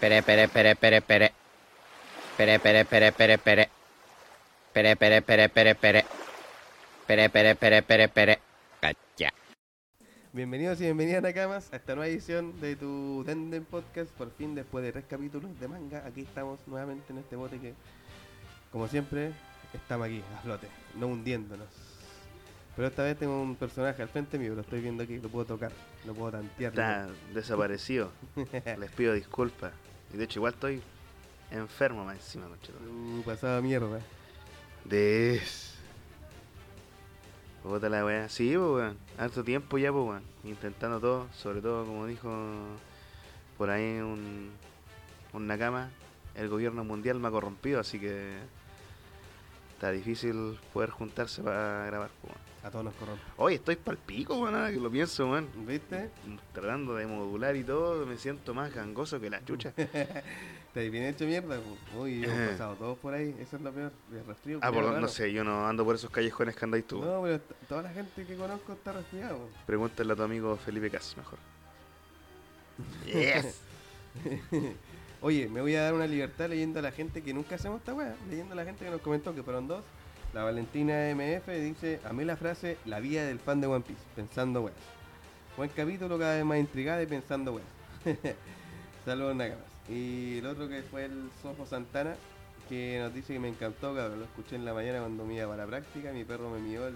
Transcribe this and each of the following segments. Pere, pere, pere, pere, pere. Pere, pere, pere, pere, pere. Pere, pere, pere, pere, pere. Pere, pere, pere, pere, pere. Cacha. Bienvenidos y bienvenidas Nakamas a esta nueva edición de tu Denden Podcast. Por fin, después de tres capítulos de manga, aquí estamos nuevamente en este bote que, como siempre, estamos aquí, a flote, no hundiéndonos. Pero esta vez tengo un personaje al frente mío, lo estoy viendo aquí, lo puedo tocar, lo puedo tantear. Está desaparecido. Les pido disculpas. Y de hecho, igual estoy enfermo más encima, conchetumare. Uh, pasada mierda. De es. Puta la weá. Sí, po, weón. Harto tiempo ya, po, weón. Intentando todo. Sobre todo, como dijo por ahí un, un Nakama, el gobierno mundial me ha corrompido, así que está difícil poder juntarse para grabar, po, weón. A todos nos corrompe. Oye, estoy pal pico, weón, ahora que lo pienso, weón. ¿Viste? Tratando de modular y todo, me siento más gangoso que la chucha. Te bien hecho mierda. pu. Uy, hemos pasado todos por ahí, eso es lo peor. El resfrío, Ah, por, culiao, no raro. sé, yo no ando por esos callejones que andáis tú. No, pero t- toda la gente que conozco está resfriada. po. Pregúntale a tu amigo Felipe Cas, mejor. Yes. Oye, me voy a dar una libertad leyendo a la gente que nunca hacemos esta weá. Leyendo a la gente que nos comentó que fueron dos. La Valentina MF dice, amé la frase, la vida del fan de One Piece, pensando weas. Buen capítulo, cada vez más intrigada y pensando weas. Saludos Nakamas. Y el otro que fue el Sojo Santana, que nos dice que me encantó, cabrón. Lo escuché en la mañana cuando me iba para práctica, mi perro me mió el,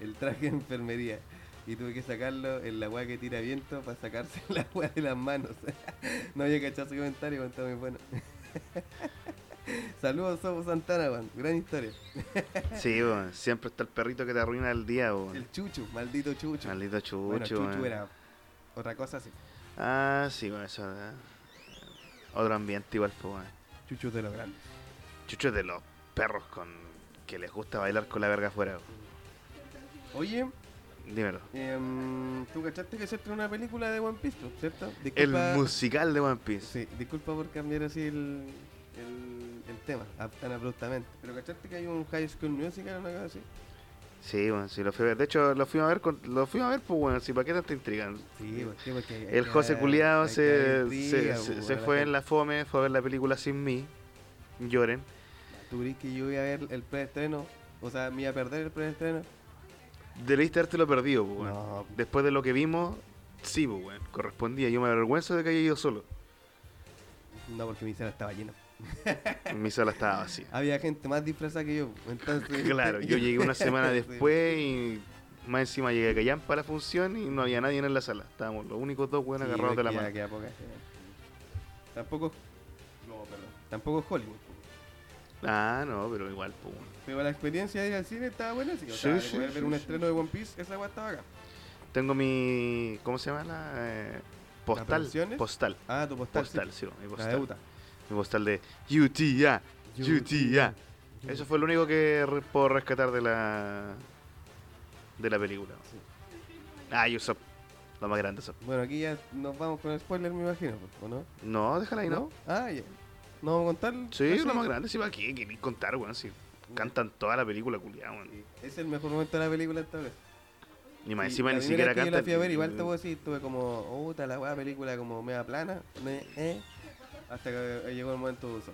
el traje de enfermería. Y tuve que sacarlo en la weá que tira viento para sacarse la weá de las manos. No había cachado su comentario, weón, está muy bueno. Saludos, Sopo Santana, weón. Gran historia. Sí, weón, siempre está el perrito que te arruina el día, weón. El Chuchu, maldito Chucho. Maldito bueno, chucho, Chuchu weón. era otra cosa así. Ah, sí, weón, eso. eh, Otro ambiente igual, pues, weón. Chuchu de los grandes. Chucho es de los perros con que les gusta bailar con la verga afuera, Oye, weón. Dímelo. em, tú cachaste que se estrenó una película de One Piece, pues, ¿cierto? El Disculpa, musical de One Piece. sí, disculpa por cambiar así el, el, el tema ab- tan abruptamente. Pero cachaste que hay un High School Musical o una cosa así. Sí, weón, sí, lo fui a ver. De hecho, lo fuimos a ver, con, lo fuimos a ver, pues, weón, si para qué tanta intriga. Sí, porque, porque El José Culiado se, se, se- pues, se fue en la fome, fue a ver la película sin mí. Lloren. ¿Tú crees que yo iba a ver el preestreno? O sea, me iba a perder el preestreno. Debiste haberte lo perdido, pues, weón. No, Después de lo que vimos, sí, pues, weón. Correspondía. Yo me avergüenzo de que haya ido solo. no, porque mi sala estaba llena. Mi sala estaba vacía. Había gente más disfrazada que yo. Entonces, Claro, yo llegué una semana Sí. después y más encima llegué a Cayán para la función y no había nadie en la sala. Estábamos los únicos dos, weón, Sí, agarrados de la queda- mano. queda poca gente. Tampoco. No, perdón. Tampoco es Hollywood. Ah, no, pero igual, pues, weón. Pero la experiencia de ir al cine estaba buena, sí. O Sí, sea, de sí, poder ver sí, un sí. estreno de One Piece, esa weá estaba acá. Tengo mi. ¿Cómo se llama la.? eh, postal. producciones? Postal. Ah, tu postal. sí. Postal, sí, mi La postal. debuta. Mi postal de UTA. UTA. Eso fue lo único que re- puedo rescatar de la. de la película. Sí. Ah, Usopp. Lo más grande, Usopp. Bueno, aquí ya nos vamos con el spoiler, me imagino, ¿o no? No, déjala ahí, ¿no? Ah, ya. ¿No vamos a contar? Sí, así? lo más grande, sí, va aquí, que ni contar, weón. si cantan toda la película, culiado, weón. Sí, Es el mejor momento de la película esta vez. Ni más Sí, encima la ni primera siquiera vez que yo la cantan. fui a ver, igual te puedo decir, tuve como, oh, puta la weá, película como media plana, me- eh, hasta que llegó el momento de uso.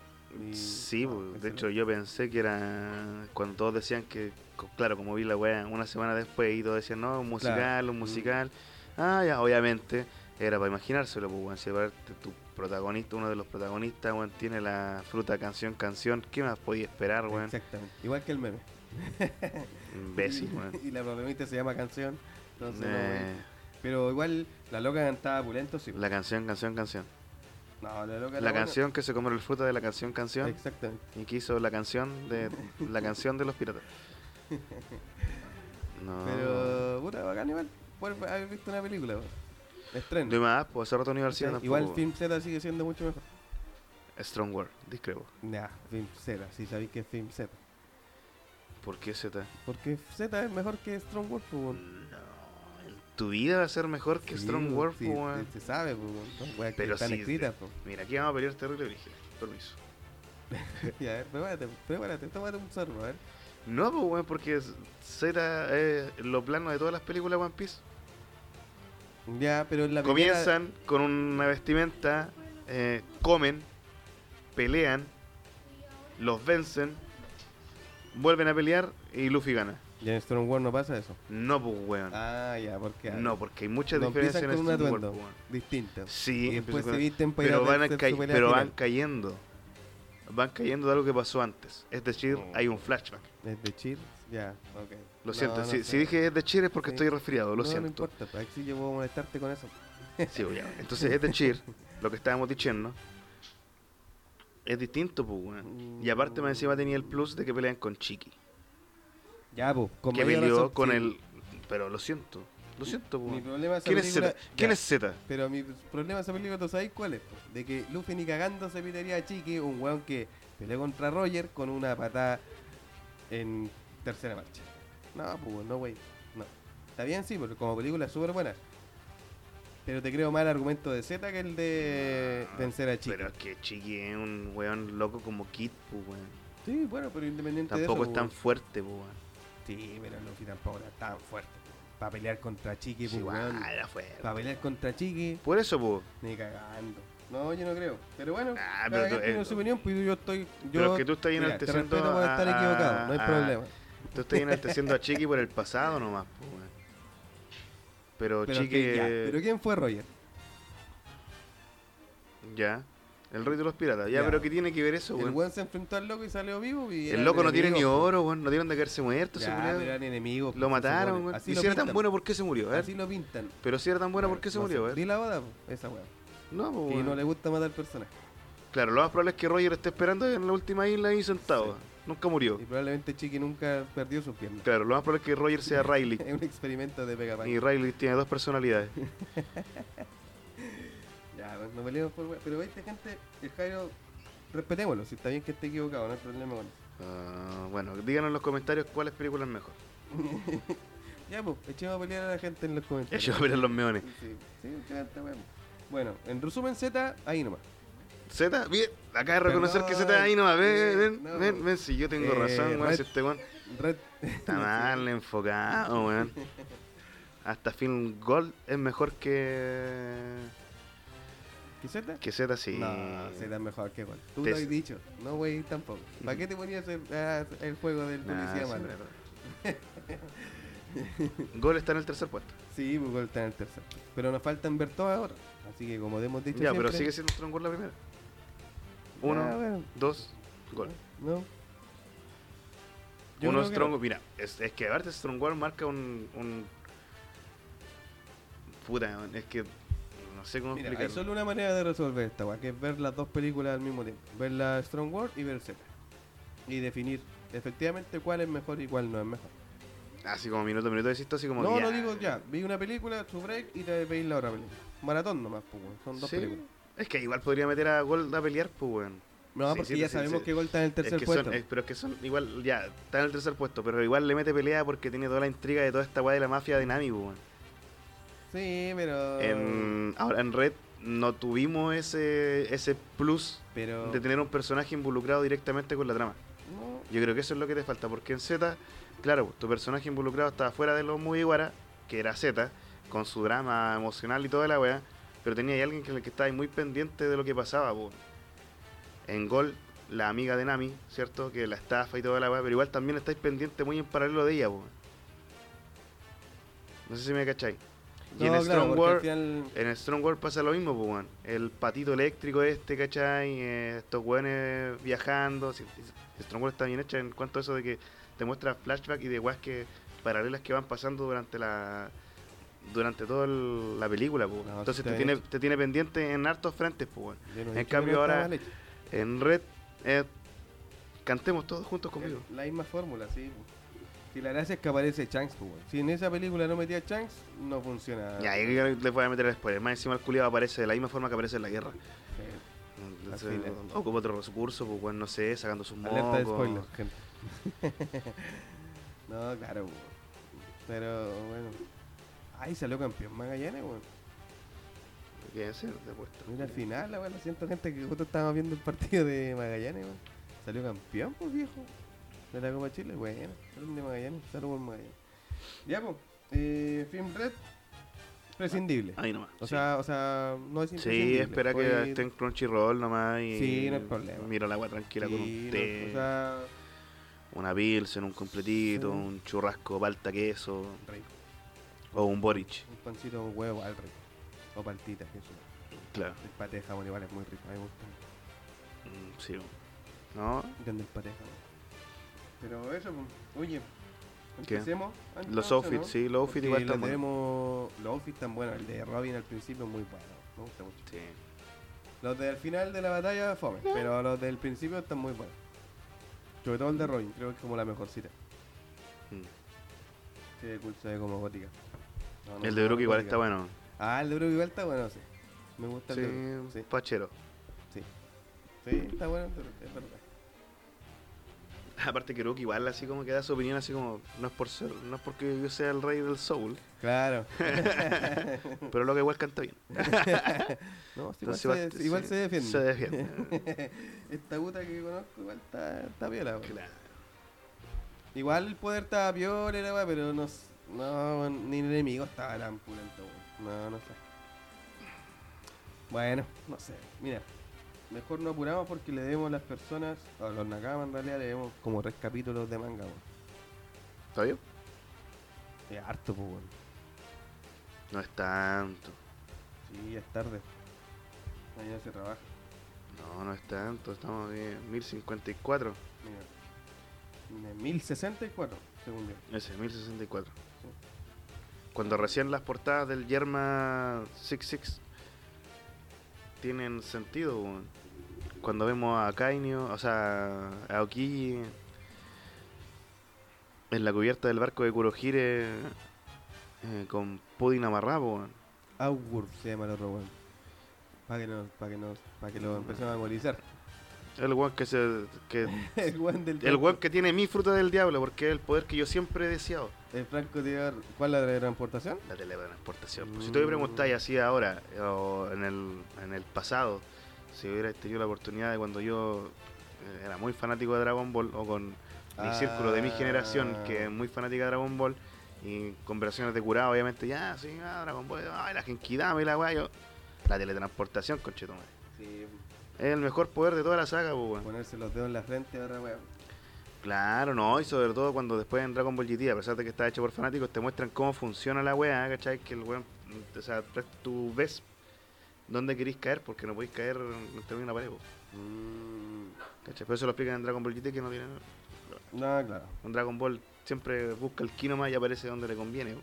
Y- Sí, no, pues, de excelente. hecho yo pensé que era cuando todos decían que, co- claro, como vi la weá una semana después y todos decían, no, un musical, Claro. Mm. un musical. Ah, ya, obviamente, era para imaginárselo, pues, weón, si aparte tu protagonista, uno de los protagonistas, weón, tiene la fruta canción, canción, ¿qué más podía esperar, weón? Exactamente, igual que el meme. Imbécil, Y- weón. Y la problemita se llama canción, entonces no, Eh, weón. Pero igual, la loca cantaba pulento, sí. la canción, canción, canción. No, la loca era La buena. canción que se comió el fruta de la canción, canción, Exactamente. y que hizo la canción de la canción de los piratas. No. Pero, Ah. puta, bacán igual, por haber visto una película, weón. Estreno. De más, pues hace rato Sí, universidad igual tampoco. Film Z sigue siendo mucho mejor. Strong World, discrepo. Nah, Film Z, si sabéis que es Film Z. ¿Por qué Z? Porque Z es mejor que Strong Wolf, pues, No. weón. en Tu vida va a ser mejor que Sí, Strong weón, World, sí, po, weón. Se, se sabe, pues, weón. Son weas que Pero están sí, escritas, pues. Mira, aquí vamos a pelear terrible origen. Permiso. Ya, a ver, prepárate, prepárate, tómate un sorbo, a ver. No, pues, weón, porque Z es lo plano de todas las películas One Piece. Ya, pero en la primera- Comienzan con una vestimenta eh, comen, pelean, los vencen, vuelven a pelear y Luffy gana. Y en Strong War no pasa eso. No, pues, weón. Ah, ya, porque. ah, no, porque hay muchas no diferencias empiezan en con un Steam World, atuendo weón. distinto. Sí, Y empiezan después con- se visten para ir pero, a van, a hacer cay- su pelea pero van final. cayendo. Van cayendo de algo que pasó antes. Es decir, hay un flashback. ¿Es de Cheer? Ya, ok. Lo siento, No, no si, si sé. dije es de Cheer es porque Sí. estoy resfriado, lo no, No siento. importa, pues, sí yo puedo molestarte con eso. Sí, pues, ya. Entonces es de Cheer, lo que estábamos diciendo, es distinto, pues, weón. Y aparte más encima tenía el plus de que pelean con Chiqui. Ya, pues, con que mayor peleó razón, con sí. el... Pero lo siento, lo siento, Mi pues. weón. problema de esa ¿Quién es película- Z? ¿Quién Ya, es Z? Pero mi problema de esa película, ¿tú sabes cuál es? po? De que Luffy ni cagando se pitería a Chiqui, un weón que peleó contra Roger con una patada en tercera marcha. No, pues, no, wey. No. Está bien, sí, porque como película es súper buena. Pero te creo más el argumento de Z que el de vencer a Chiqui. Ah, Pero es que Chiqui es un weón loco como Kid, pues, weón. Sí, bueno, pero independiente Tampoco de eso. es tan po, fuerte, pues, weón. weón. Sí, pero Luffy tampoco era tan fuerte. Para pelear contra Chiqui, Sí, pues, weón. weón, era fuerte. Para pelear contra Chiqui, Por eso, pues. Ni cagando. No, yo no creo. Pero bueno, Ah, cada pero quien tú- tiene eh, su opinión, pues yo estoy. Yo, pero es que tú estás mira, te enalteciendo respeto por a- estar a- equivocado, no hay a- problema. Tú estás enalteciendo a Chiqui por el pasado nomás, pues, weón. Pero, Pero, Chiqui. que ya, ¿pero quién fue Roger? Ya. El rey de los piratas. Ya, Ya. pero ¿qué tiene que ver eso, El weón? weón se enfrentó al loco y salió vivo. Y El eran loco no tiene ni enemigos, oro, weón. No tiene donde quedarse muerto, pues. ese Ya, culiao. pero eran enemigos. pues, Lo se mataron, supone. weón. Así Y lo si era tan pintan, bueno, ¿por qué se murió? A ver. Así lo pintan. Pero si era tan bueno, ¿por qué se No murió? A sé, ver. Di la boda, pues, esa weón. No, Y pues, weón. no le gusta matar personas. Claro, lo más probable es que Roger esté esperando en la última isla ahí sentado. Nunca murió. Y probablemente Chiqui nunca perdió sus piernas. Oh. Claro, lo más probable es que Roger sea Riley. Es un experimento de Pegapunk. y Riley tiene dos personalidades. Ya, pues, no peleemos por we- Pero viste, gente, el Jairo, respetémoslo. Si está bien que esté equivocado, no hay problema con eso. Ah, bueno, díganos en los comentarios cuáles películas mejor. Ya, pues, echemos a pelear a la gente en los Ya comentarios. yo voy a pelear los meones. Sí, sí, claro, está bueno. Bueno, en resumen Z, ahí nomás. Z, bien, acá de reconocer que Z Perdón, ahí nomás. Ven, ven, eh, no. ven, ven, si yo tengo Eh, razón, weón. Red- Si este weón Red... está mal enfocado, weón. Hasta Film Gold es mejor que. ¿Qué Z? que Z, sí. No, Z es mejor que Gol. Tú Te- lo has dicho. No, güey, tampoco. ¿Para qué te ponías el, ah, el juego del Nah, policía sí, malo? verdad. Gol está en el tercer puesto. Sí, pues Gol está en el tercer. Pero nos faltan ver todas ahora. Así que, como hemos dicho Ya, siempre... pero sigue siendo Strong World la primera. Ah, Uno, bueno, dos, gol. No. Yo Uno creo que Strong no. Mira, es, es que aparte Strong World marca un, un. Puta, es que. No sé cómo Mira, hay explicarlo. solo una manera de resolver esta weá, que es ver las dos películas al mismo tiempo. Ver la Strong World y ver Z. Y definir efectivamente cuál es mejor y cuál no es mejor. Así como minuto a minuto, insisto, así como. no, ya. no digo ya. Vi una película, su break y te veis la otra película. Maratón nomás, pues, weón, Son dos Sí. películas. Es que igual podría meter a Gold a pelear, pues, weón. No, Sí, porque sí, ya sí, sabemos sí. que Gol está en el Es tercer que son- eh, puesto. es- pero es que son igual, ya, está en el tercer puesto, pero igual le mete pelea porque tiene toda la intriga de toda esta weá de la mafia de Nami, pues, weón. Sí, pero. En, ahora en Red no tuvimos ese, ese plus Pero. de tener un personaje involucrado directamente con la trama. No, Yo creo que eso es lo que te falta, porque en Z, claro, tu personaje involucrado estaba fuera de los Mugiwara, que era Z, con su drama emocional y toda la weá, pero tenía ahí alguien que, que estaba ahí muy pendiente de lo que pasaba, po. En Gol, la amiga de Nami, ¿cierto? Que la estafa y toda la weá, pero igual también estáis pendiente muy en paralelo de ella, po. No sé si me cacháis. Y no, claro, en Strong porque al World, final. en el Strong World pasa lo mismo, pues, weón. El patito eléctrico este, ¿cachai? Eh, estos weones viajando. Si, si Strong World está bien hecha en cuanto a eso de que te muestra flashback y de weas que paralelas que van pasando durante la durante toda el- la película, pues. weón. No, sí Entonces está te bien tiene, te tiene pendiente en hartos frentes, pues, weón. yo no he dicho en que cambio no está ahora- mal hecho. En red, eh, cantemos todos juntos conmigo. Es La misma fórmula, sí. pues. Si la gracia es que aparece Chanks, pues, weón. Si en esa película no metía Chanks, no funciona. Ya, ahí le voy a meter el spoiler. Más encima el culiado aparece de la misma forma que aparece en la guerra. Sí. Entonces, Así le- ocupa otro recurso, pues, weón, no sé, sacando sus eh. Alerta de mocos. spoiler, gente. no, claro, weón. Pero bueno. Ay, salió campeón Magallanes, weón. Bien, sí, de puesto. Mira al final, la weón. Lo siento, gente, que justo estábamos viendo el partido de Magallanes, weón. Salió campeón, pues viejo. De la Copa Chile, bueno. Salud de Magallanes, salud por Magallanes. Ya, pues. Eh, Film Red. Prescindible. Ahí nomás. O sí. sea, o sea, no es Sí, imprescindible. espera que Podéis- esté en Crunchyroll nomás y Sí, no hay problema. miro el agua tranquila con Sí, un no, té, o sea, una pilsen, un completito, Sí. un churrasco palta queso rico. o un borich. Un pancito con huevo al rico. O paltitas, que eso. Claro. El paté de jamón igual es muy rico. A mí me gusta. Mm, Sí. ¿No? Grande el paté de jamón. Pero eso, pues, oye. ¿Qué? Empecemos. Ah, Los entonces, outfits, ¿no? sí, los outfits Porque igual lo están buenos. tenemos, los outfits están buenos. El de Robin al principio es muy bueno. Me gusta mucho. Sí. Los del final de la batalla, fome. ¿Eh? Pero los del principio están muy buenos. Sobre todo el de Robin, creo que es como la mejorcita. Mm. Sí, de cool, se ve como gótica. No, no El se de ve Brook igual gótica. está bueno. Ah, el de Brook igual está bueno, sí. Me gusta el Sí, de Brook. Sí, pachero. sí, está bueno el de Brook, es verdad. Aparte que Brook igual así como que da su opinión así como no es por ser, no es porque yo sea el rey del soul, Claro. pero lo que igual canta bien. No, sí, igual, Entonces igual, se, igual sí, se defiende. Se defiende. Esta puta que conozco igual está, está piola, weón. claro. Igual el poder estaba piola, la weá, pero no, s- no, ni el enemigo estaba tan pulento, weón. No, no sé. Bueno, no sé. Mira, mejor no apuramos porque le debemos a las personas, a los Nakama en realidad, le debemos como tres capítulos de manga, weón. ¿Está bien? Es harto, pues, weón. No es tanto. Sí, ya es tarde. Mañana se trabaja. No, no es tanto. Estamos en 1054. Mira. Mira, 1064, según yo. Ese, 1064. Sí. Cuando recién las portadas del Yerma 66 tienen sentido, weón. Cuando vemos a Kainio, o sea, a Aokiji en la cubierta del barco de Kurohire eh, con Pudding amarrado, weón. Outward se llama el otro weón. Para que, nos, pa que, nos, pa que lo empecemos a memorizar. El weón que se. Que, El weón del el weón que tiene mi fruta del diablo, porque es el poder que yo siempre he deseado. El francotirador. ¿Cuál la de transportación? La teletransportación. Pues, si tú me preguntáis así ahora, o en el, en el pasado, si hubiera tenido la oportunidad de cuando yo eh, era muy fanático de Dragon Ball, o con mi Ah. círculo de mi generación, que es muy fanática de Dragon Ball, y conversaciones de curado, obviamente, ya, sí, ah, Dragon Ball, ay, la Genkidama y la guay, yo- la teletransportación, conchetumare. Sí. Es el mejor poder de toda la saga, pues, weón. Ponerse los dedos en la frente ahora, weón. Claro, no, y sobre todo cuando después en Dragon Ball GT, a pesar de que está hecho por fanáticos, te muestran cómo funciona la weá, ¿cachai? Que el weón, o sea, pre- tú ves dónde querís caer, porque no podéis caer entre una pared, po, Mm, ¿cachai? Pero eso lo explican en Dragon Ball GT, que no tiene... No, claro. En Dragon Ball siempre busca el ki nomás y aparece donde le conviene, po.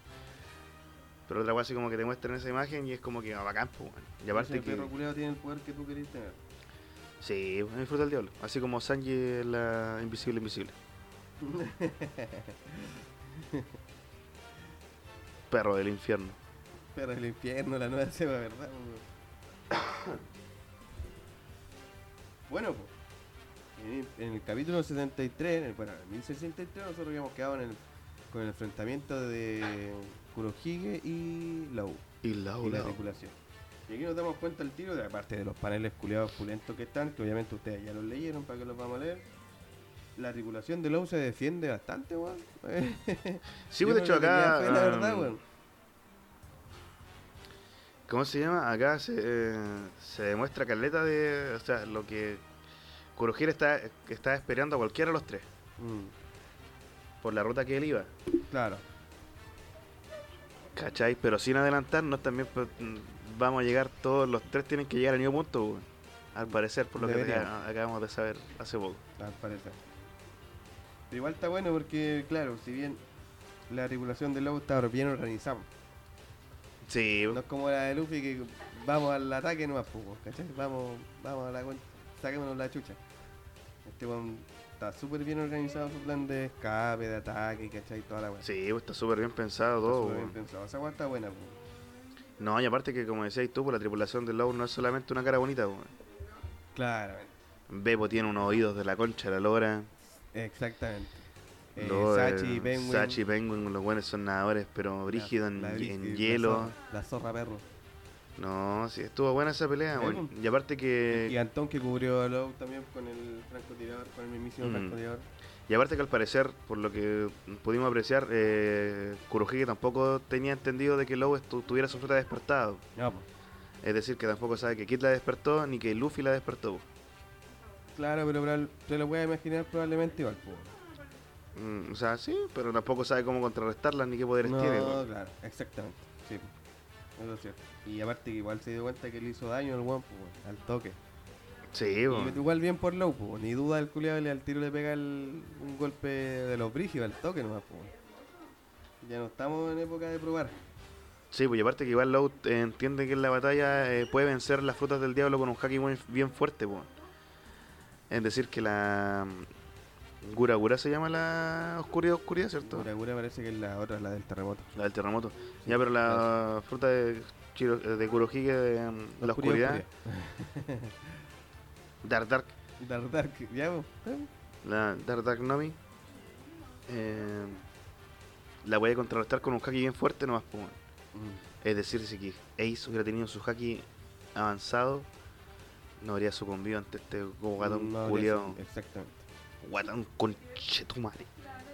Pero otra weá así como que te muestran esa imagen y es como que va bacán, po, weón. Y aparte Ese que... perro culiao tiene el poder que tú querías tener. Sí, me disfruta el diablo. Así como Sanji en la Invisible Invisible. Perro del infierno. Pero el infierno, la nueva cepa, ¿verdad? weón? bueno, pues. En, en el capítulo 73, en el, bueno, en el 1063, nosotros habíamos quedado en el, con el enfrentamiento de Kurohige y Lau. Y la y la articulación. Y aquí nos damos cuenta el tiro, de aparte de los paneles culiados pulentos que están, que obviamente ustedes ya los leyeron para que los vamos a leer. La articulación de Lowe se defiende bastante, weón. Sí, Yo pues de hecho creo que acá. tenía fe, la em, verdad, weón. ¿Cómo se llama? Acá se, eh, se demuestra Carleta de. O sea, lo que. Kurohira está, está esperando a cualquiera de los tres. Mm, Por la ruta que él iba. claro. ¿Cachai? Pero sin adelantarnos también pues, mm, vamos a llegar todos. Los tres tienen que llegar al mismo punto, weón. Al parecer, por lo que Deberían. acá- acabamos de saber hace poco. al parecer. Pero igual está bueno porque, claro, si bien la tripulación de Lobo está bien organizada, Sí, no es como la de Luffy que vamos al ataque nomás, pues, weón, ¿cachai? Vamos, vamos a la cuenta, saquémonos la chucha. Este weón está súper bien organizado su plan de escape, de ataque, ¿cachai? Toda la weá. sí, pues, está súper bien pensado Está todo. súper bien weón. pensado. Esa weá está buena, pues. No, y aparte que como decías tú, pues, la tripulación del Low no es solamente una cara bonita, weón. Claramente. Bebo tiene unos oídos de la concha, de la lora. Exactamente. Eh, Lo, Sachi y eh, Penguin. Sachi y Penguin, los buenos son nadadores, pero la- brígido en, la en Brígida, la hielo. zorra- La zorra perro. No, sí, estuvo buena esa pelea. Sí, pues. weón. Y aparte Y que Antón que cubrió a Lowe también con el francotirador, con el mismísimo Mm. francotirador. Y aparte que al parecer, por lo que pudimos apreciar, eh, Kurohige tampoco tenía entendido de que Lowe estu- tuviera su fruta despertada. Ya, pues. Es decir, que tampoco sabe que Kid la despertó ni que Luffy la despertó. Claro, pero probable- te lo voy a imaginar probablemente igual, pues. Mm, o sea, sí, pero tampoco sabe cómo contrarrestarla ni qué poderes No, tiene. weón. claro, exactamente. Sí, pues. eso es cierto. Y aparte que igual se dio cuenta que le hizo daño al guapo, al toque. Sí, Y weón. igual bien por low, pues. Ni duda el culiado le al tiro le pega el- un golpe de los brígidos al toque nomás, pues. Ya no estamos en época de probar. Sí, pues y aparte que igual Law eh, entiende que en la batalla eh, puede vencer las frutas del diablo con un haki muy- bien fuerte, pues. Es decir, que la. mm, Gura Gura se llama la oscuridad, oscuridad, ¿cierto? Muragura parece que es la otra, la del terremoto. La del terremoto. ya, pero la fruta de, Chiro, eh, de Kurohige, de, mm, la, oscuridad, Dark Dark, Dark Dark, ya, po. la Dark Dark Nami, eh, la voy a contrarrestar con un haki bien fuerte nomás. po, weón. Es decir, si que Ace hubiera tenido su haki avanzado, no habría sucumbido ante este guatón No habría culiao. sido- Exactamente. Guatón conchetumare.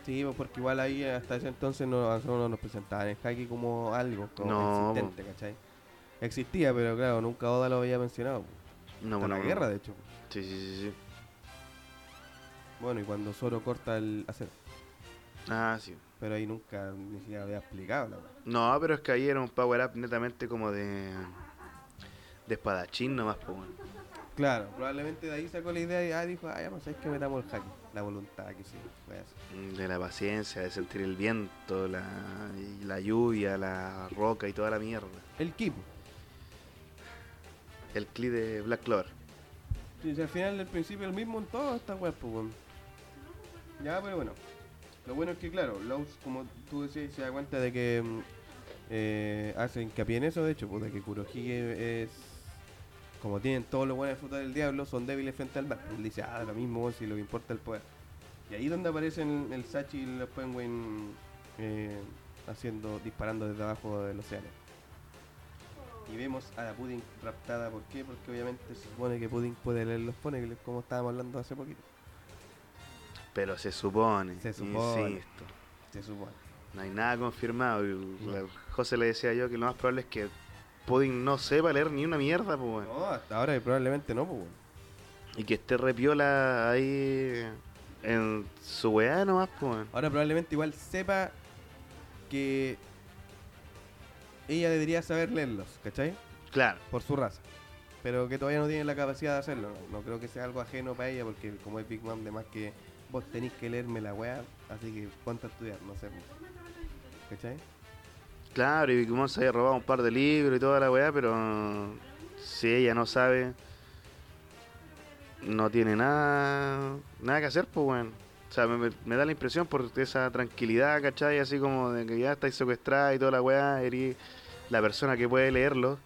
Sí, pues, porque igual ahí hasta ese entonces no, a nosotros no nos presentaban en Haki como algo, como No, pues. existente, ¿cachai? Existía, pero claro, nunca Oda lo había mencionado. po. No, Hasta no, la no. guerra, de hecho. Sí, sí, sí, sí. Bueno, y cuando Zoro corta el acero. Ah, sí. Pero ahí nunca ni siquiera había explicado la weá. No, pero es que ahí era un power up netamente como de. de espadachín nomás, po, weón. Claro, probablemente de ahí sacó la idea y ah, dijo, ah, ya pues es que metamos el Haki. La voluntad que sí, fue así. De la paciencia, de sentir el viento, la, y la lluvia, la roca y toda la mierda. El pues. Kipo. El clip de Black Clover. Sí, si al final, al principio, el mismo en todas estas weas, pues, weón. Ya, pero bueno. Lo bueno es que, claro, Lowe's, como tú decías, se da cuenta de que mm, eh, hace hincapié en eso, de hecho, pues, de que Kurohige es. Como tienen todos los buenos de fruta del diablo, son débiles frente al mal. Él dice, ah, lo mismo, weón, si lo que importa es el poder. Y ahí es donde aparecen el Sachi y los Penguin eh, haciendo, disparando desde abajo del océano. Y vemos a la Pudding raptada, ¿por qué? Porque obviamente se supone que Pudding puede leer los ponegles, como estábamos hablando hace poquito. Pero se supone, Se supone. insisto. Se supone. No hay nada confirmado. y la- José le decía yo que lo más probable es que Pudding no sepa leer ni una mierda, po, weón. No, hasta ahora probablemente no, pues. weón. Y que esté repiola ahí en su weá nomás, po, weón. Ahora probablemente igual sepa que ella debería saber leerlos, ¿cachai? Claro, Por su raza. Pero que todavía no tiene la capacidad de hacerlo. No, No creo que sea algo ajeno para ella, porque como es Big Mom, además que vos tenéis que leerme la weá, así que ponte a estudiar, no sé. pues. ¿Cachai? claro, y Big Mom se había robado un par de libros y toda la weá, pero si ella no sabe, no tiene nada, nada que hacer, pues weón. O sea, me, me- me da la impresión por esa tranquilidad, ¿cachai? Así como de que ya estáis secuestrada y toda la weá, eres la persona que puede leerlo.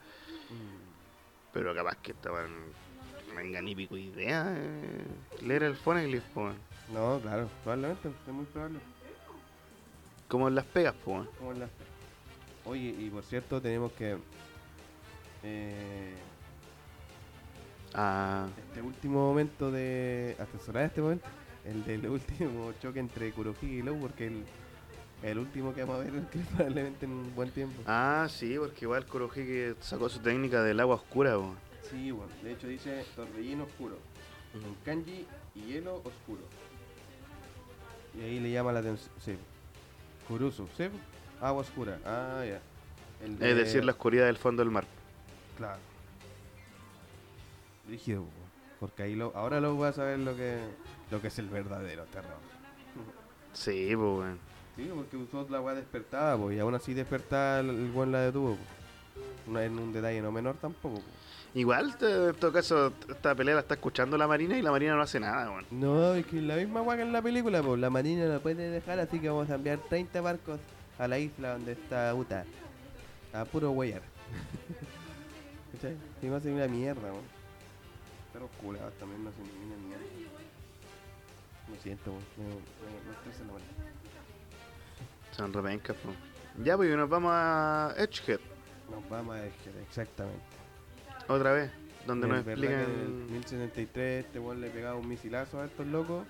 Pero capaz que estaban. No tengan ni pico idea eh, leer el phoneglyph, po. weón. No, claro, probablemente, es muy probable. Como en las pegas, po. weón. Como en las- Oye, y por cierto, tenemos que. eh, Ah, este último momento de. Asesorar este momento. El del último choque entre Kurohige y Low, porque el, el último que vamos a ver es que probablemente en un buen tiempo. ah, sí, porque igual Kurohige sacó su técnica del agua oscura, po. Sí, bueno, de hecho dice torbellino oscuro. En kanji y hielo oscuro. Y ahí le llama la atención. Sí. Kurusu, sí. Agua oscura. Ah, ya. El Es de- decir, la oscuridad del fondo del mar. Claro. Rígido, porque ahí lo, ahora lo vas a ver lo que, lo que es el verdadero terror. Sí, po, weón. Sí, porque usó la weá despertada, po, y aún así despertada el- el buen la detuvo. po. No es un detalle no menor tampoco. po. Igual, te- en todo caso, t- esta pelea la está escuchando la marina y la marina no hace nada, weón. No, es que la misma weá que en la película, po, la marina la puede dejar, así que vamos a enviar 30 barcos a la isla donde está Uta. A puro weyar. ¿Cachai? Y no hacen una mierda, weón. Pero culados también no hacen ninguna mierda. Lo siento, weón. Me, me, me estresa la mano. Son repencas, po. Ya, pues y nos vamos a Edgehead, Nos vamos a dejar, exactamente. otra vez, donde Es nos verdad que explican. En el 1073 este weón le pegaba un misilazo a estos locos.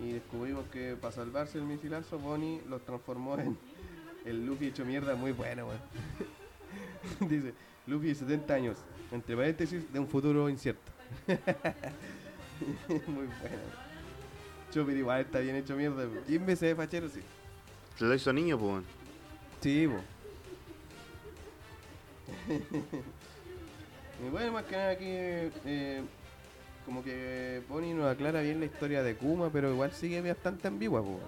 y descubrimos que para salvarse el misilazo, Bonnie los transformó en el Luffy hecho mierda muy bueno, weón. Dice, Luffy de 70 años, entre paréntesis, de un futuro incierto. muy bueno. Chopper igual está bien hecho mierda. weón. Jimbe se ve fachero, sí. Se lo hizo niño, pues, weón. Sí, po. y bueno, más que nada aquí, eh, como que Bonnie nos aclara bien la historia de Kuma, pero igual sigue bastante ambigua, po.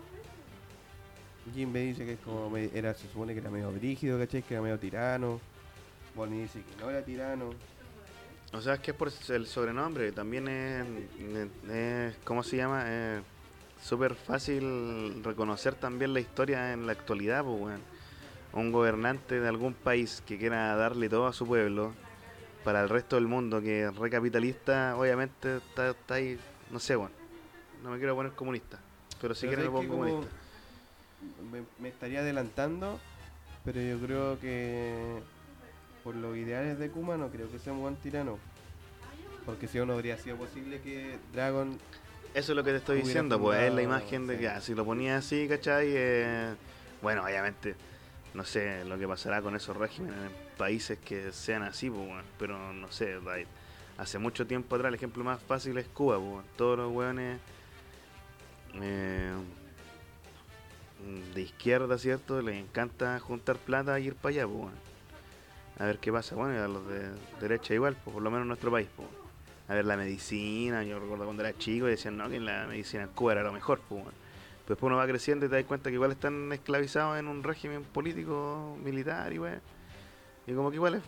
Jimbe dice que es como me- era, se supone que era medio brígido, ¿cachai? Que era medio tirano. Bonnie dice que no era tirano. O sea, es que es por el sobrenombre, también es, es- ¿cómo se llama? Es súper fácil reconocer también la historia en la actualidad, pues, weón. Un gobernante de algún país que quiera darle todo a su pueblo, para el resto del mundo que es recapitalista, obviamente está, está ahí, no sé, weón. No me quiero poner comunista, pero si Pero quieren me ¿sabes pongo qué? Como comunista. Me, me estaría adelantando, pero yo creo que por los ideales de Kuma no creo que sea un buen tirano. Porque si no, no habría sido posible que Dragon Eso es lo que te estoy Hubiera diciendo, pues es la fundado, imagen de sí. que ah, si lo ponía así, ¿cachai? Eh, bueno, obviamente, no sé lo que pasará con esos regímenes en países que sean así, pues, weón, pero no sé, like, hace mucho tiempo atrás el ejemplo más fácil es Cuba, pues, weón. todos los weones eh, de izquierda, ¿cierto? Les encanta juntar plata y ir para allá, pues, weón. a ver qué pasa, bueno, y a los de derecha igual, pues, por lo menos en nuestro país, pues. A ver, la medicina, yo recuerdo cuando era chico y decían, no, que la medicina en Cuba era lo mejor, pues, weón. Pero después uno va creciendo y te das cuenta que igual están esclavizados en un régimen político, militar y weón. Y como que igual es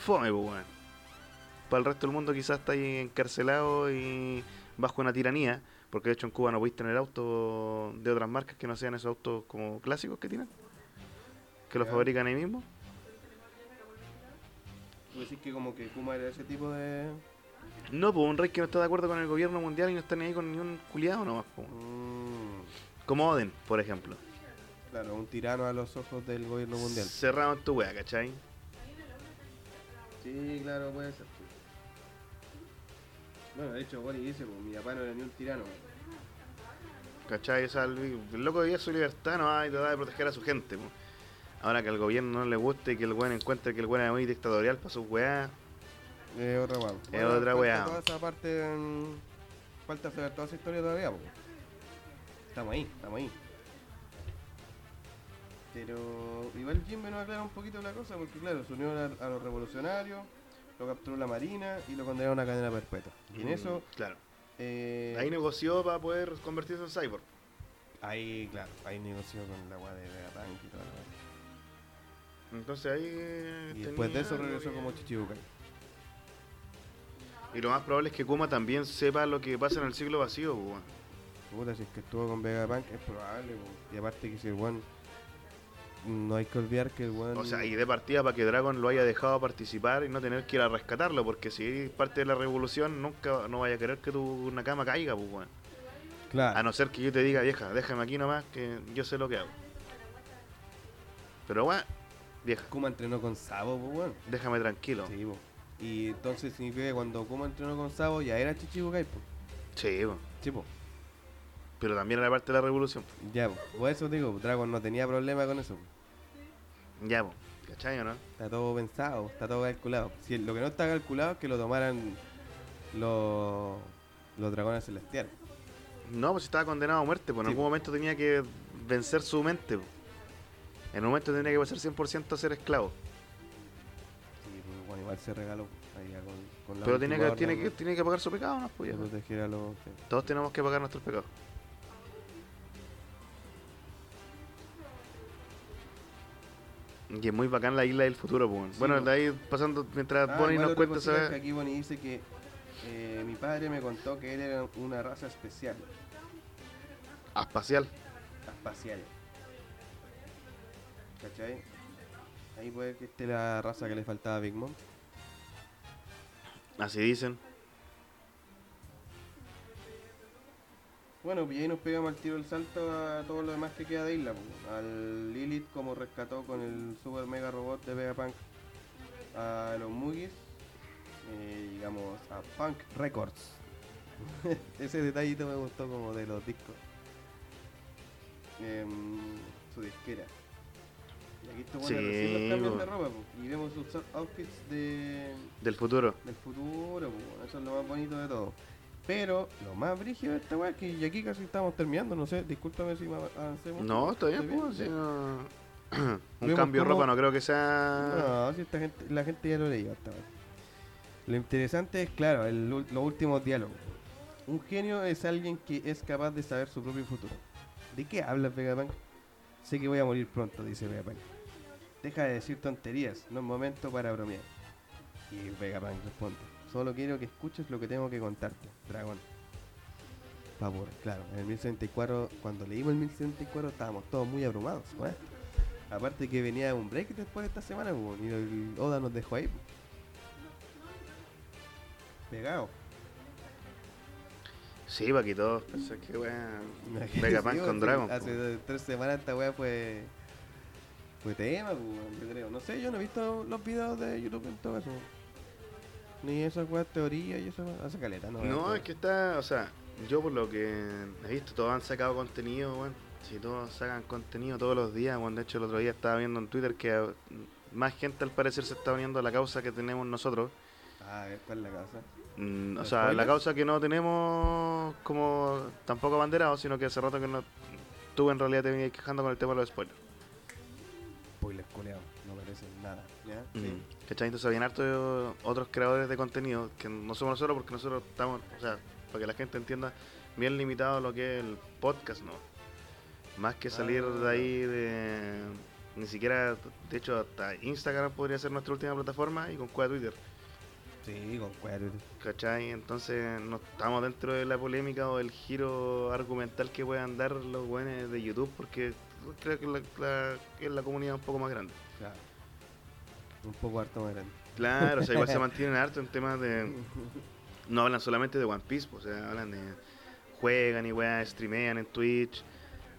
fome, pues, weón. Para el resto del mundo quizás está ahí encarcelado y bajo una tiranía, porque de hecho en Cuba no podéis tener autos de otras marcas que no sean esos autos como clásicos que tienen, que los Ya. fabrican ahí mismo. Tú decís que como que Kuma era ese tipo de... No, pues un rey que no está de acuerdo con el gobierno mundial y no está ni ahí con ningún culiado nomás, pues. Mm, Como Oden, por ejemplo. claro, un tirano a los ojos del gobierno mundial. Cerraron tu wea, ¿cachai? Sí, claro, puede ser. Bueno, de hecho, Bonnie dice, pues, mi papá no era ni un tirano. ¿Cachai? O sea, el, el loco vivía su libertad, no y trataba de proteger a su gente. po. Ahora que al gobierno no le guste y que el weón encuentre que el weón es muy dictatorial para sus weas. Es otra weá. otra falta weá. Toda esa parte. mm, falta saber toda esa historia todavía, po. Estamos ahí, estamos ahí. Pero igual Jimbe nos aclara un poquito la cosa, porque claro, se unió a, a los revolucionarios, lo capturó la marina y lo condenaron a cadena perpetua. Y en Mm, eso. Claro. eh, Ahí negoció para poder convertirse en cyborg. ahí, claro, ahí negoció con la weá de Tank y toda la weá. Entonces ahí. eh, Y tenía después de eso algo regresó que- como Chichibukai. Y lo más probable es que Kuma también sepa lo que pasa en el siglo vacío, po, weón. Puta, si es que estuvo con Vegapunk es probable, po. Y aparte que si el weón. No hay que olvidar que el weón. O sea, y de partida para que Dragon lo haya dejado participar y no tener que ir a rescatarlo, porque si eres parte de la revolución, nunca no vaya a querer que tu Nakama caiga, pues, weón. Claro. A Ah, no ser que yo te diga, vieja, déjame aquí nomás, que yo sé lo que hago. Pero, weón, vieja, Kuma entrenó con Sabo, pues weón. déjame tranquilo. Sí, Sí, po. Y entonces significa que cuando Kuma entrenó con Sabo ya era Chichibukai, pues. po. Sí, po. pero también era parte de la revolución. po. Ya, po. Por eso digo, Dragon no tenía problema con eso. po. Ya, po. ¿cachai o no? Está todo pensado, está todo calculado. Si lo que no está calculado es que lo tomaran los, los dragones celestiales. No, pues estaba condenado a muerte, pues en Sí, algún momento tenía que vencer su mente. po. En un momento tenía que pasar 100% a ser esclavo. Sí, pues bueno, igual se regaló po, ahí ya con, con la Pero tenía que, última tiene orden, que, ¿no? tiene que pagar su pecado, ¿no? Pues, De ya, po. proteger a los. sí. Todos tenemos que pagar nuestros pecados. Y es muy bacán la isla del futuro, pues. weón. Sí, bueno, pues. de ahí pasando, mientras Ah, Bonnie igual nos otra cuenta, cosita es que ¿sabes? aquí Bonnie dice que eh, mi padre me contó que él era una raza especial, Espacial. espacial. ¿Cachai? Ahí puede que esté la raza que le faltaba a Big Mom. Así dicen. Bueno, pues ahí nos pegamos al tiro el salto a todo lo demás que queda de isla. po. Al Lilith como rescató con el super mega robot de Vegapunk. A los Mugis. eh, llegamos a Punk Records. Ese detallito me gustó como de los discos. Em, su disquera. Y aquí estos buenos Sí, recién los cambian de weón. ropa, po, y vemos sus out- outfits de, Del futuro. del futuro, po, weón. eso es lo más bonito de todo. Pero lo más brígido de esta weá es que ya aquí casi estamos terminando, no sé, discúlpame si av- avancemos. No, está bien, ¿Estoy pues, bien? si no- Un Vemos cambio de ropa cómo- Ah. no creo que sea... No, si esta gente, la gente ya lo leyó hasta ahora. Lo interesante es, claro, el ul- los últimos diálogos. Un genio es alguien que es capaz de saber su propio futuro. ¿De qué hablas, Vegapunk? Sé que voy a morir pronto, dice Vegapunk. Deja de decir tonterías, no es momento para bromear. Y Vegapunk responde, solo quiero que escuches lo que tengo que contarte, dragón. Favor, claro, en el 1074, cuando leímos el 1074 estábamos todos muy abrumados, con esto. Aparte que venía un break después de esta semana, pues, y el Oda nos dejó ahí. pues. Pegado. Sí, para que todos pensan que weón. Imagínate, Vegapunk sí, con pues, Dragon. po. Hace dos- tres semanas esta weá fue. fue tema, pues, weón, yo creo. No sé, yo no he visto los videos de YouTube en todo eso. Ni esas weas teorías y esas weas. Hace caleta, no. No, weón. es que está, o sea, yo por lo que he visto, todos han sacado contenido, weón. Si todos sacan contenido todos los días, weón. De hecho, el otro día estaba viendo en Twitter que ah, más gente al parecer se está uniendo a la causa que tenemos nosotros. Ah, a ver cuál es la casa. Mm, o ¿Los sea, la spoilers? causa que no tenemos como tampoco abanderado, sino que hace rato que no. Tú en realidad te venías quejando con el tema de los spoilers. Spoiler culeado, no merecen nada. ¿Ya? Mm, Sí. ¿Cachai? Entonces habían harto otros creadores de contenido que no somos nosotros porque nosotros estamos, o sea, para que la gente entienda, bien limitado lo que es el podcast, ¿no? Más que salir de ahí de... Ni siquiera, de hecho, hasta Instagram podría ser nuestra última plataforma y con cuál Twitter, Sí, con cuadro. ¿cachai? Entonces no estamos dentro de la polémica o el giro argumental que puedan dar los buenos de YouTube porque creo que la, la- es la comunidad un poco más grande. Claro. Un poco harto más grande. Claro, o sea, igual se mantienen harto en temas de... No hablan solamente de One Piece, po, o sea, hablan de... Juegan y weas, streamean en Twitch,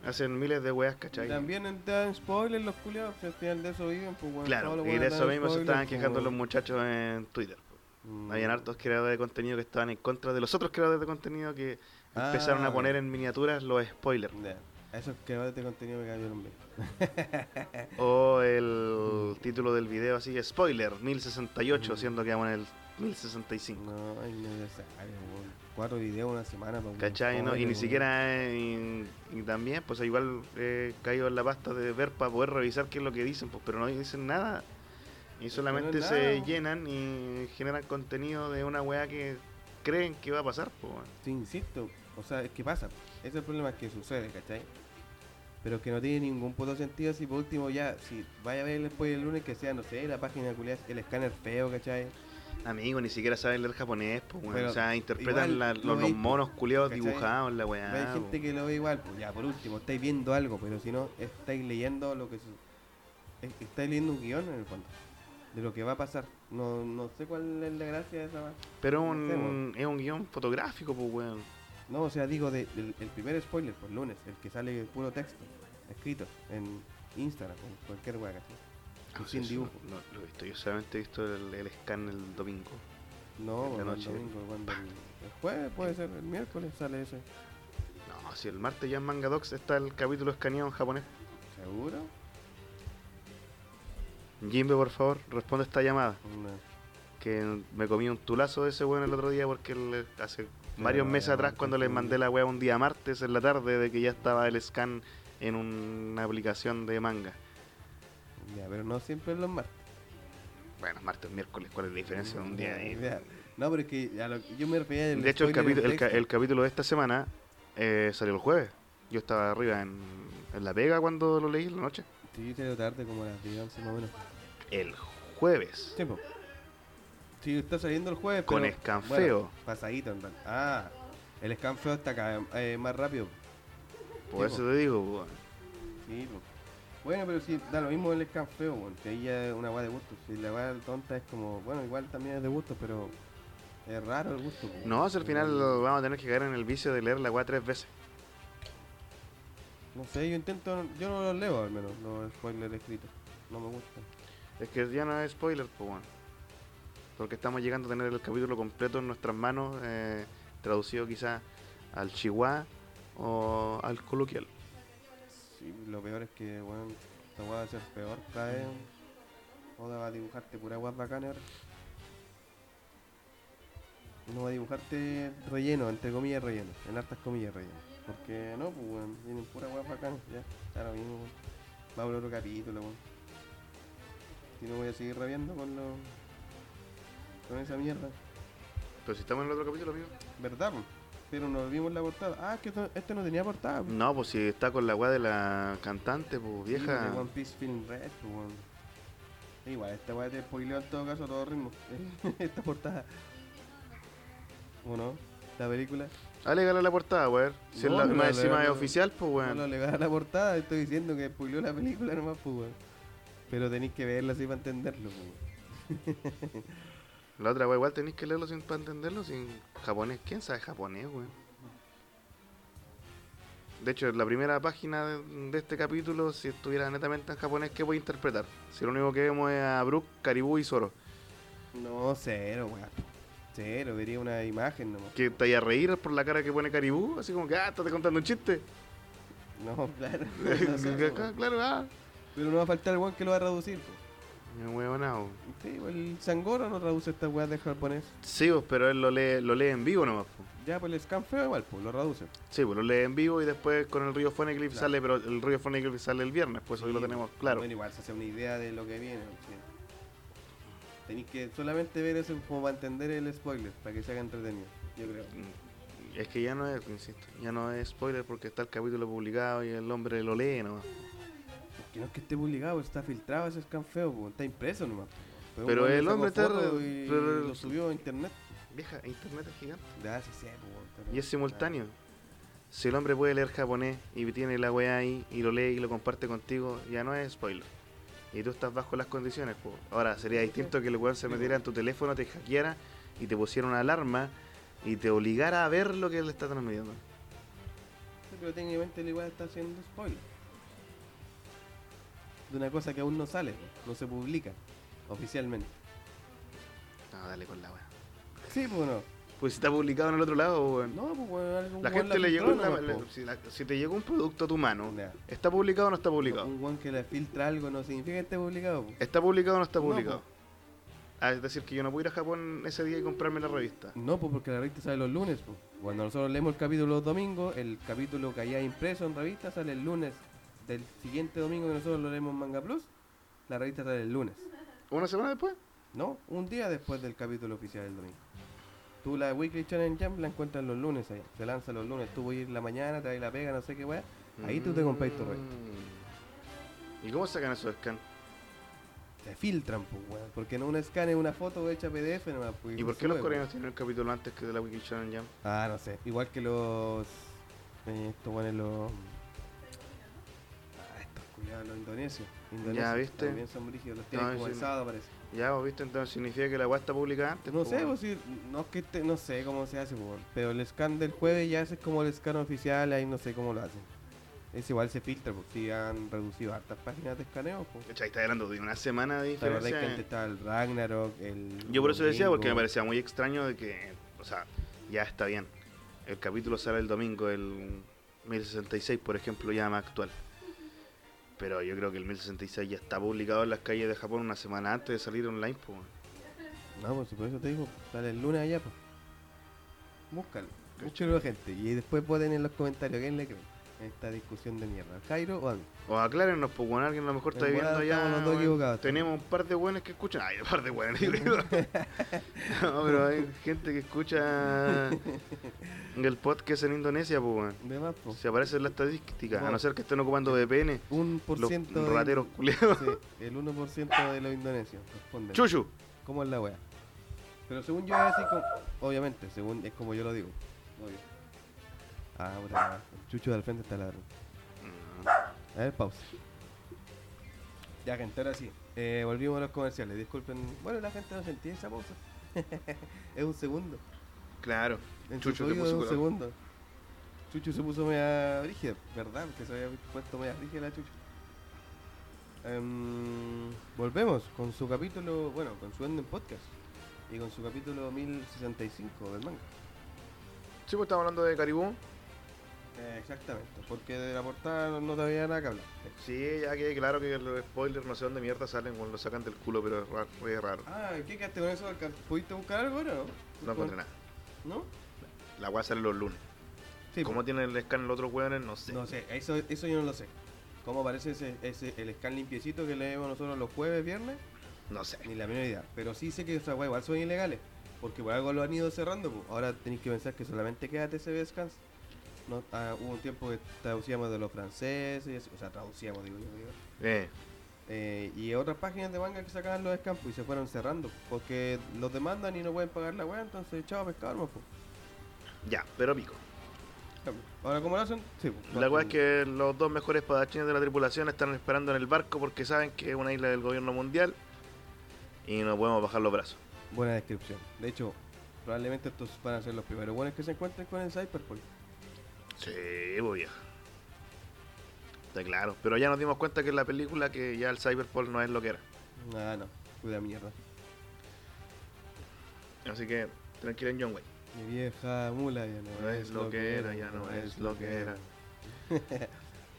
hacen miles de weas, ¿cachai? Y también en- dan spoilers los culiados, si al final de eso viven, pues bueno, todos Claro, los y de buenos eso dan mismo se estaban spoilers, quejando pues, los muchachos en Twitter. po. mm. Habían hartos creadores de contenido que estaban en contra de los otros creadores de contenido que Ah, empezaron a ya. poner en miniaturas los spoilers. Ya, A esos creadores de contenido me cayeron bien. Eh. O el título del video así, spoiler, Mm. 1068, siendo que vamos en el 1065. No, ay, no ya sabes, weón. Cuatro videos una semana pues, para ¿Cachai? No? Y ni siquiera. eh, Y, y también, pues igual eh, caído en la pasta de ver para poder revisar qué es lo que dicen, pues, pero no dicen nada. Y que no es solamente nada, se po. llenan y generan contenido de una weá que creen que va a pasar, pues, weón. Te insisto, o sea, es que pasa. pues. Ese es el problema es que sucede, ¿cachai? Pero que no tiene ningún puto sentido si por último ya, si vaya a ver el spoiler el lunes, que sea, no sé, la página culiada, el escáner feo, ¿cachai? Amigo, ni siquiera saben leer japonés, pues, weón. Pero o sea, interpretan igual la- lo los, los veis, monos culeados ¿cachai? dibujados, la Hay weá. po. gente que lo ve igual, pues ya por último, estáis viendo algo, pero si no, estáis leyendo lo que su- es- estáis leyendo un guión en el fondo, de lo que va a pasar. No, no sé cuál es la gracia de esa va- Pero no un- sé, weón. es un guión fotográfico, pues, weón. No, o sea, digo de, del- el primer spoiler, por lunes, el que sale el puro texto, escrito, en Instagram, en cualquier hueá, ¿cachai? Y No sé, sin eso dibujo. No, no lo he visto, yo solamente he visto el, el scan el domingo. No, En la bueno, el noche. domingo, cuando el, el jueves puede ser, el miércoles sale ese. No, si el martes ya en Manga Docs está el capítulo escaneado en japonés. ¿Seguro? Jimbe, por favor, responde esta llamada. No. Que me comí un tulazo de ese weón el otro día porque el- hace varios no, meses ya, atrás no, cuando sí, les sí. mandé la weá un día martes en la tarde de que ya estaba el scan en una aplicación de manga. Ya, pero no siempre es los martes. Bueno, martes, miércoles, ¿cuál es la diferencia de un día? Ya, y- ya. No, pero es que a lo que yo me refería del De hecho, el, spoiler capítulo, en el, ca- texto. el capítulo de esta semana eh, salió el jueves. Yo estaba arriba en, en La Vega cuando lo leí en la noche. Sí, yo te tarde como a las 10, 11 más o menos. El jueves. Tiempo. Sí, está saliendo el jueves. Con pero, escanfeo. bueno, pasadito, en realidad. Ah, el escanfeo está acá, eh, más rápido. Por Sí, eso te digo, weón. Sí, po. Bueno, pero sí, da lo mismo el escanfeo, bueno, que ahí ya es una weá de gusto. Si la weá tonta es como, bueno, igual también es de gusto, pero es raro el gusto. po. No, si al final lo vamos a tener que caer en el vicio de leer la weá tres veces. No sé, yo intento, yo no los leo al menos, los spoilers escritos. No me gustan. Es que ya no es spoiler, pues, weón. Porque estamos llegando a tener el capítulo completo en nuestras manos eh, traducido quizás al chihuahua o al coloquial. Sí, lo peor es que, weón, esta weá va a ser peor cada vez. Oda va a dibujarte pura weá bacana ahora. No va a dibujarte relleno, entre comillas relleno, en hartas comillas relleno. Porque no, pues weón, vienen pura weá bacana, ya, claro mismo, weón. Va a haber otro capítulo, weón. Si no voy a seguir rabiando con lo. con esa mierda. Pero si estamos en el otro capítulo, amigo. ¿Verdad, pues? Pero nos vimos la portada. Ah, que esto, este no tenía portada, pues. No, pues si está con la weá de la cantante, pues Sí, vieja. de One Piece Film Red, pues, weón. E Igual, esta weá te spoileó en todo caso a todo ritmo. esta portada. ¿O no? La película. Alégale la portada, weón. Si No, es la, no, más no, encima no, es no. oficial, pues No lo weón. le va a la portada, estoy diciendo que spoileó la película nomás, pues, weón. Pero tenéis que verla así para entenderlo, pues, weón. La otra weón, igual tenéis que leerlo sin para entenderlo, sin japonés. ¿Quién sabe japonés, weón? De hecho, la primera página de, de este capítulo, si estuviera netamente en japonés, ¿qué voy a interpretar? Si lo único que vemos es a Brook, Caribú y Zoro. No, cero, weón. Cero, vería una imagen nomás. Que te vaya a reír por la cara que pone Caribú, así como que, ah, estás contando un chiste. No, claro. no sé, pues, weón. claro, ah. Pero no va a faltar el weón que lo va a traducir, pues. Me huevonao. Sí, pues, el Sangoro no traduce esta weá de japonés. Sí, pues, pero él lo lee, lo lee en vivo nomás. pues. Ya, pues el scan feo igual, pues lo traduce. Sí, pues lo lee en vivo y después con el río Foneclip Claro. sale, pero el río Foneclip sale el viernes, pues hoy Sí, lo tenemos claro. Bueno, igual se hace una idea de lo que viene. sí. Tenéis que solamente ver eso como para entender el spoiler, para que se haga entretenido, yo creo. Mm, Es que ya no es, insisto, ya no es spoiler porque está el capítulo publicado y el hombre lo lee nomás. Que no es que esté publicado, está filtrado ese scan feo, pues, está impreso nomás. pues. Pero un weón le el sacó hombre está foto re- y re- lo subió a internet. Vieja, internet es gigante. Ya, sí, sí, pues, weón, pero- Y es simultáneo. Si el hombre puede leer japonés y tiene la weá ahí y lo lee y lo comparte contigo, ya no es spoiler. Y tú estás bajo las condiciones, po. Ahora, sería distinto que el weón se metiera en tu teléfono, te hackeara y te pusiera una alarma y te obligara a ver lo que él está transmitiendo. Sí, pero técnicamente él igual está haciendo spoiler. De una cosa que aún no sale, pues, no se publica oficialmente. No, dale con la weá. Sí, pues no. Pues si está publicado en el otro lado, weón. No, pues weón, algún la weón gente le llegó filtró la- nomás, la- pues. si, la- si te llegó un producto a tu mano, Ya. ¿está publicado o no está publicado? Un guan que le filtra algo no significa que esté publicado. po. ¿Está publicado o no está No, publicado? po. Ah, es decir, que yo no puedo ir a Japón ese día y comprarme la revista. No, pues porque la revista sale los lunes. po. Cuando nosotros leemos el capítulo los domingos, el capítulo que haya impreso en revista sale el lunes. Del siguiente domingo que nosotros lo leemos en Manga Plus, la revista sale el lunes. ¿Una semana después? No, un día después del capítulo oficial del domingo. Tú la Weekly Challenge Jump la encuentras los lunes ahí. Se lanza los lunes. Tú voy a ir la mañana, traes la pega, no sé qué weá. Ahí tú te Mm. compras tu revista. ¿Y cómo sacan esos scans? Se filtran, pues, weón. Porque no un scan es una foto hecha PDF nomás. pues, ¿Y por se qué los sube, po. coreanos tienen el capítulo antes que de la Wiki Challenge Jam? Ah, no sé. Igual que los. eh, estos bueno, los. Ah, estos culiados, los indonesios. indonesios ¿viste? También son brígidos, los tienen No, como sí. el sábado, parece. Ya, vos viste, entonces significa que la weá está publicada antes. No po, sé, weón. pues, si- no, es que te- no sé cómo se hace, po, pero el scan del jueves ya ese es como el scan oficial, ahí no sé cómo lo hacen. Es igual se filtra, porque si han reducido hartas páginas de escaneo. po. Cachai, está hablando de una semana de La verdad es diferencia. que antes estaba el Ragnarok, el. Este Yo por eso decía, porque me Domingo. parecía muy extraño de que, o sea, ya está bien. El capítulo sale el domingo, el 1066, por ejemplo, ya más actual. Pero yo creo que el 1066 ya está publicado en las calles de Japón una semana antes de salir online, pues. weón. No, pues si por eso te digo, sale el lunes allá, pues. Búscalo, búscalo gente. Y después voten en los comentarios quién le cree en esta discusión de mierda. ¿Jairo o a mí? O aclárenos, pues, bueno, alguien a lo mejor está En viviendo volada allá. estamos los dos weón. equivocados. Tenemos un par de buenos que escuchan. Ay, un par de buenos. no, pero hay gente que escucha el podcast en Indonesia, pues, weón. De más, pues. Se aparece en la estadística, a no ser que estén ocupando VPN. Un por Los ciento. de- rateros culeados. Sí, el 1% de los indonesios. Responden. Chuchu. ¿Cómo es la wea? Pero según yo es así como. Obviamente, según es como yo lo digo. Obvio. Ah, puta, el chucho del frente está ladrón. A ver, pausa. Mm. Ya, gente, ahora sí. Eh, volvimos a los comerciales. Disculpen. Bueno, la gente no sentía esa pausa. es un segundo. Claro. En Chucho su te oído puso es un color. segundo. Chucho se puso media brígida, ¿verdad? Que se había puesto media brígida la Chucho. Em, volvemos con su capítulo, bueno, con su Enden Podcast y con su capítulo 1065 del manga. Sí, pues estamos hablando de Caribú. Eh, exactamente, porque de la portada no- no te había nada que hablar. Sí, ya que claro que los spoilers no sé dónde mierda salen cuando lo sacan del culo, pero es ra- re raro. Ah, ¿qué quedaste con eso? ¿Alcan- ¿Pudiste buscar algo ahora o no? No encontré nada. ¿No? La weá sale los lunes. Sí, pues. ¿Cómo tienen el scan los otros weones? No sé. No sé, eso, eso yo no lo sé. ¿Cómo aparece ese, ese- el scan limpiecito que leemos nosotros los jueves, viernes? No sé. Ni la menor idea. Pero sí sé que esas weas igual son ilegales. Porque por algo lo han ido cerrando. po. Ahora tenéis que pensar que solamente queda TCB Scans. No, ah, hubo un tiempo que traducíamos de los franceses, y así, o sea, traducíamos, digo yo. digo. Eh, Eh, y otras páginas de manga que sacaban los escampos y se fueron cerrando. Porque los demandan y no pueden pagar la wea, entonces chao pescado, hermano, po. ya, pero pico. Ahora, ¿cómo lo hacen? Sí, po. La weá es que los dos mejores padachines de la tripulación están esperando en el barco porque saben que es una isla del gobierno mundial y no podemos bajar los brazos. Buena descripción. De hecho, probablemente estos van a ser los primeros buenos que se encuentren con el Cyberpunk. Sí, pues vieja. Está claro. Pero ya nos dimos cuenta que en la película que ya el Cyberpol no es lo que era. Ah, no. Cuida mierda. Así que tranquila en John Wayne. Mi vieja mula ya no, No es lo que era, ya no es lo que era.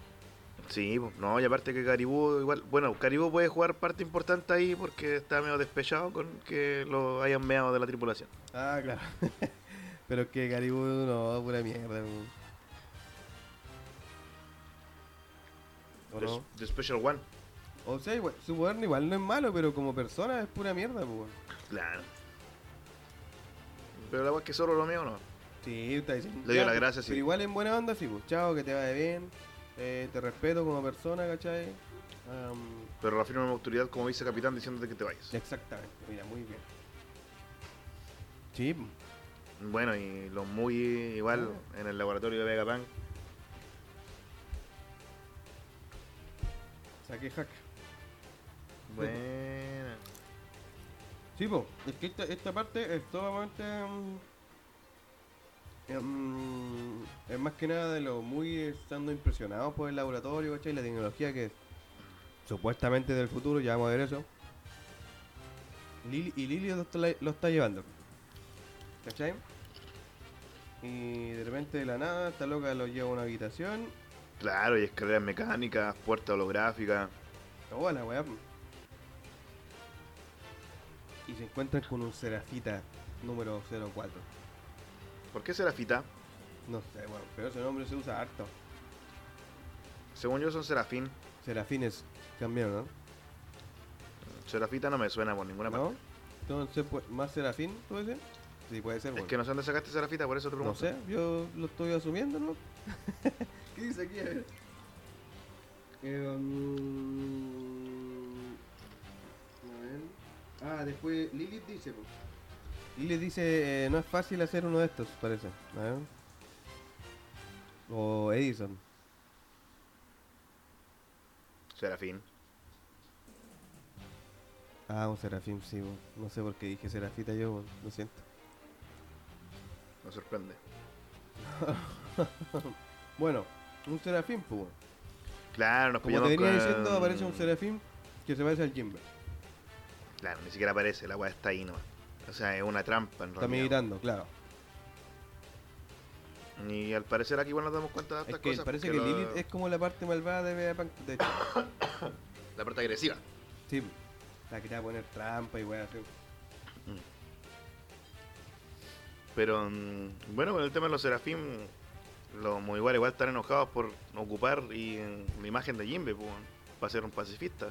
Sí, po. no, y aparte que Caribú, igual, bueno, Caribú puede jugar parte importante ahí porque está medio despechado con que lo hayan meado de la tripulación. Ah, claro. Pero es que Caribú no, pura mierda. po. ¿O The, no? the Special One. O sea, igual- su poder igual no es malo, pero como persona es pura mierda, pues. Claro. Pero la weá es que Zorro lo meo no. Sí, está diciendo. Le dio ya, las pe- gracias, sí. Pero igual en buena onda, sí, pues. Chao, que te vaya bien. eh, te respeto como persona, ¿cachai? Am, Pero reafirma mi autoridad como vicecapitán diciéndote que te vayas. Exactamente, mira, muy bien. Sí, pues. Bueno, y los muy igual en el laboratorio de Vegapunk. saqué hack. Bueno. Sí, po, es que esta, esta parte es totalmente. mm, em, es más que nada de lo muy estando impresionados por el laboratorio, ¿cachai? La tecnología que es supuestamente del futuro, ya vamos a ver eso. Lili- y Lili lo está, lo está llevando. ¿Cachai? Y de repente de la nada, esta loca lo lleva a una habitación Claro, y escaleras mecánicas, puerta holográfica. Toda Oh, la weá. po. Y se encuentran con un Serafita número 04. ¿Por qué Serafita? No sé, bueno, pero ese nombre se usa harto. Según yo son Serafín. Serafines cambiaron, Serafita no me suena por ninguna ¿no? parte. ¿No? Entonces, pues, ¿más Serafín puede ser? Sí, puede ser, Es bueno. que no sé dónde sacaste Serafita, por eso te no, pregunto. sé, yo lo estoy asumiendo, ¿no? ¿Qué dice aquí? A ver. Eh, mm, a ver. Ah, después Lilith dice, pues. Lilith dice, eh, no es fácil hacer uno de estos, parece. A ver. O Edison. Serafín. Ah, un Serafín, sí, bo. no sé por qué dije Serafita yo, bo. lo siento. Me sorprende. Bueno, un Serafín, pues. bo. Claro, nos Como te pillamos venía con- diciendo, aparece un Serafín que se parece al Jimber. Claro, ni siquiera aparece, la weá está ahí nomás. O sea, es una trampa en Está realidad. meditando, claro. Y al parecer aquí igual nos damos cuenta de Es estas que cosas. parece que porque lo- Lilith es como la parte malvada de Vegapunk. De hecho, La parte agresiva. sí, pues. la que te va a poner trampa y weas así. Pero mm, bueno, con el tema de los Serafín, los muy igual igual están enojados por ocupar y, mm, la imagen de Jimbe, pues, para ser un pacifista.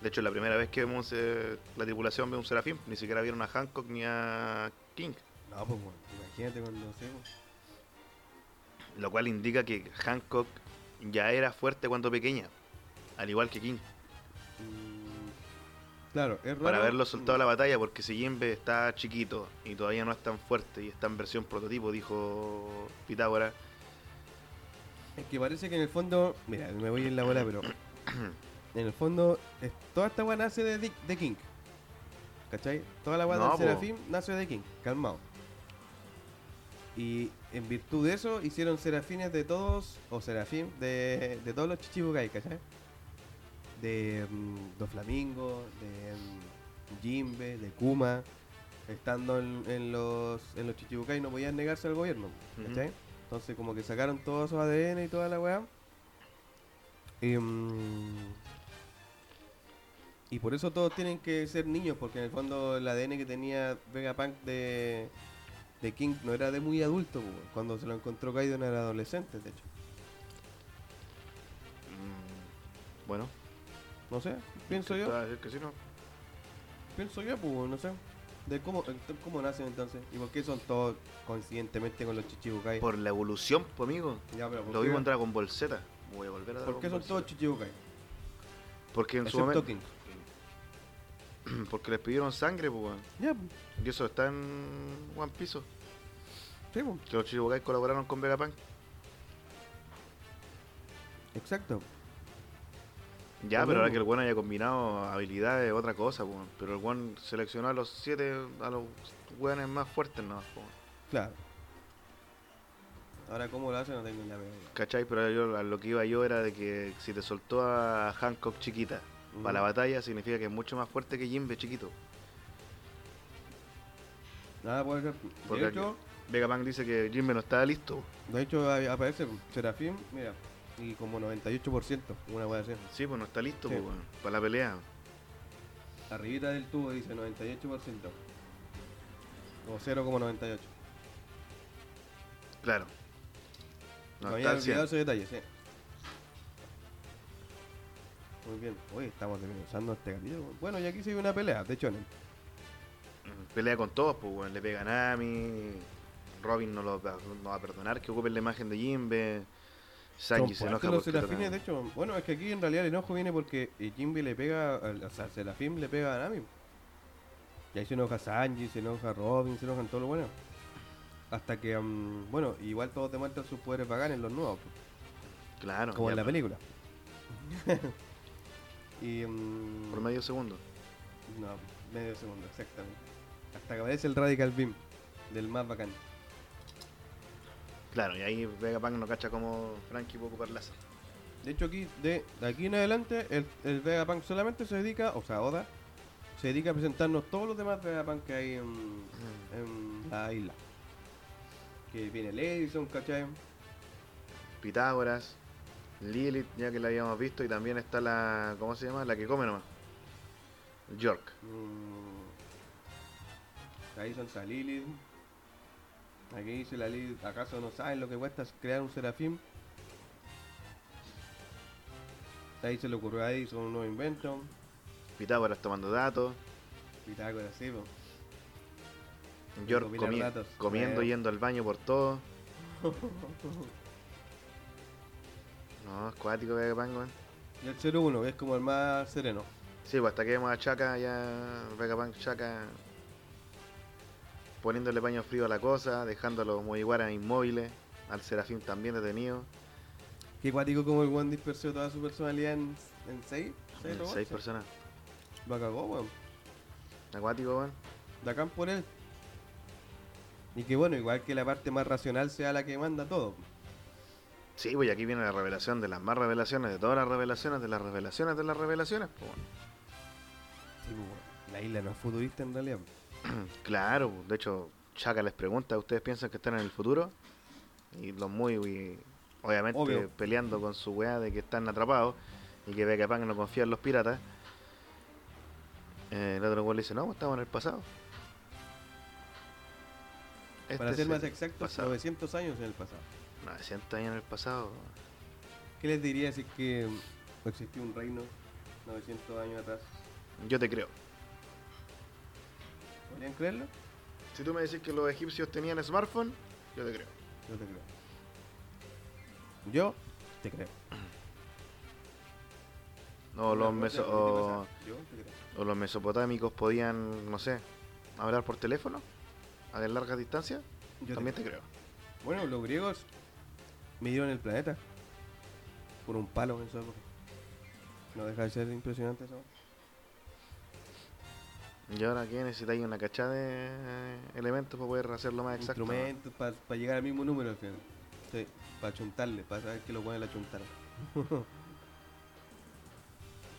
De hecho, es la primera vez que vemos eh, la tripulación ve un Serafín, ni siquiera vieron a Hancock ni a King, No, pues bueno, imagínate cuando sé. pues. lo cual indica que Hancock ya era fuerte cuando pequeña, al igual que King, Mm, Claro, es raro. para haberlo soltado a la batalla, porque si Jimbe está chiquito y todavía no es tan fuerte y está en versión prototipo, dijo Pitágoras, Es que parece que en el fondo. Mira, me voy en la bola, pero. En el fondo, es- toda esta wea nace de, Dick- de King. ¿Cachai? Toda la wea No, del po. Serafín nace de King, calmado. Y en virtud de eso, hicieron serafines de todos, o serafín, de, de todos los chichibukai, ¿cachai? De mm, Doflamingo, de mm, Jimbe, de Kuma, estando en, en los en los Chichibucay no podían negarse al gobierno, Ujú. ¿cachai? Entonces como que sacaron todos esos ADN y toda la weá. Y, mm, y por eso todos tienen que ser niños, porque en el fondo el ADN que tenía Vegapunk de, de King no era de muy adulto, po, weón. cuando se lo encontró Kaido no era adolescente, de hecho. Mm, Bueno, No sé, pienso yo. intentaba decir que sí, ¿no? Pienso yo, pues, no sé. De cómo, ent- cómo nacen entonces. ¿Y por qué son todos coincidentemente con los chichibukai? Eh, Por la evolución, pues, amigo. Ya, pero ¿por Lo qué- vimos en Dragon Ball Z. Voy a volver a ¿Por Dragon qué son Ball Z. todos chichibukai? Porque en su Excepto momento. King. Porque les pidieron sangre, pues, weón. Ya, pues, Y eso está en One Piece. sí, pues. Que los Chichibukai colaboraron con Vegapunk. Exacto. Ya, Lo pero ahora mismo. que el weón haya combinado habilidades, otra cosa, pues. Pero el weón seleccionó a los siete, a los weones más fuertes, ¿no? pues. Claro. Ahora, ¿cómo lo hacen? No tengo ni la menor idea. ¿Cachai? Pero yo, a lo que iba yo era de que si te soltó a Hancock chiquita Ujú. para la batalla, significa que es mucho más fuerte que Jimbe chiquito. Nada puede ser. Porque De hecho, Vegapunk dice que Jimbe no estaba listo. de hecho, ahí aparece pues, Serafín, mira, y como 98%, una puede ser. Sí, pues no está listo, Sí. pues, weón, para la pelea. Arribita del tubo dice 98%. O 0,98. Claro. No, No, había está al olvidado 100. ese detalle, sí. Muy bien. Hoy estamos desmenuzando este capítulo. Bueno, y aquí sigue una pelea de Shonen. Pelea con todos, pues, weón. Le pega a Nami. Robin no, lo va, no va a perdonar que ocupen la imagen de Jimbe. Sanji se Son enoja fuertes los porque serafines, de tratan- hecho, bueno, es que aquí en realidad el enojo viene porque eh, Jinbe le pega, al- o sea, Serafín le pega a Nami. Y ahí se enoja Sanji, se enoja Robin, se enojan todos los buenos. Hasta que, mm, bueno, igual todos demuestran sus poderes bacanes, los nuevos. pues. Claro. como ya, en la pues, película. y mm, Por medio segundo. no, medio segundo, exactamente. Hasta que aparece el Radical Beam del más bacán. Claro, y ahí Vegapunk no cacha como Frankie puede ocupar láser. De hecho aquí de, de aquí en adelante el, el Vegapunk solamente se dedica, o sea, Oda se dedica a presentarnos todos los demás Vegapunk que hay en, en la isla. Que viene el Edison, ¿cachai? Pitágoras, Lilith, ya que la habíamos visto, y también está la. ¿Cómo se llama? La que come nomás. York. Mm, Ahí son está Lilith. Aquí dice la Lilith, ¿acaso no saben lo que cuesta crear un serafín? Ahí se le ocurrió a Edison un nuevo invento. Pitágoras tomando datos, Pitágoras, sí, po. York Recopilar comi- datos. comiendo, Eh. yendo al baño por todo. No, es cuático Vegapunk, weón. Y el 01, que es como el más sereno. Sí, pues hasta que vemos a Chaka, ya Vegapunk Chaka poniéndole paño frío a la cosa, dejando a los Mugiwaras inmóviles, al Serafín también detenido, Qué cuático como el One dispersó toda su personalidad en 6. en seis personas. Lo cagó, weón. Acuático, weón. Dacan por él. Y que bueno, igual que la parte más racional sea la que manda todo. Sí, pues y aquí viene la revelación de las más revelaciones, de todas las revelaciones, de las revelaciones, de las revelaciones. Pues, Sí, pues, bueno, la isla no es futurista en realidad. Claro, pues, de hecho, Chaka les pregunta, ¿ustedes piensan que están en el futuro? Y los muy, y obviamente, Obvio. peleando con su weá de que están atrapados y que Vegapunk no confía en los piratas. Eh, el otro weón le dice, no, pues, estamos en el pasado. Este Para es ser más pues. el exactos, pasado. 900 años en el pasado. 900 años en el pasado. ¿Qué les diría si es que mm, existió un reino 900 años atrás? Yo te creo. ¿Podrían creerlo? Si tú me decís que los egipcios tenían smartphone, yo te creo. Yo te creo. Yo te creo. No, los, Una cosa meso- que o, te pasa, Yo te creo. o los mesopotámicos podían, no sé, hablar por teléfono a de larga distancia. Yo te También creo. te creo. Bueno, los griegos midieron el planeta por un palo en su época. No deja de ser impresionante eso. Y ahora aquí necesitáis una cachada de eh, elementos para poder hacerlo más exacto. ¿no? Instrumentos para llegar al mismo número al final. Sí, para chuntarle, para saber que lo pueden la chuntar.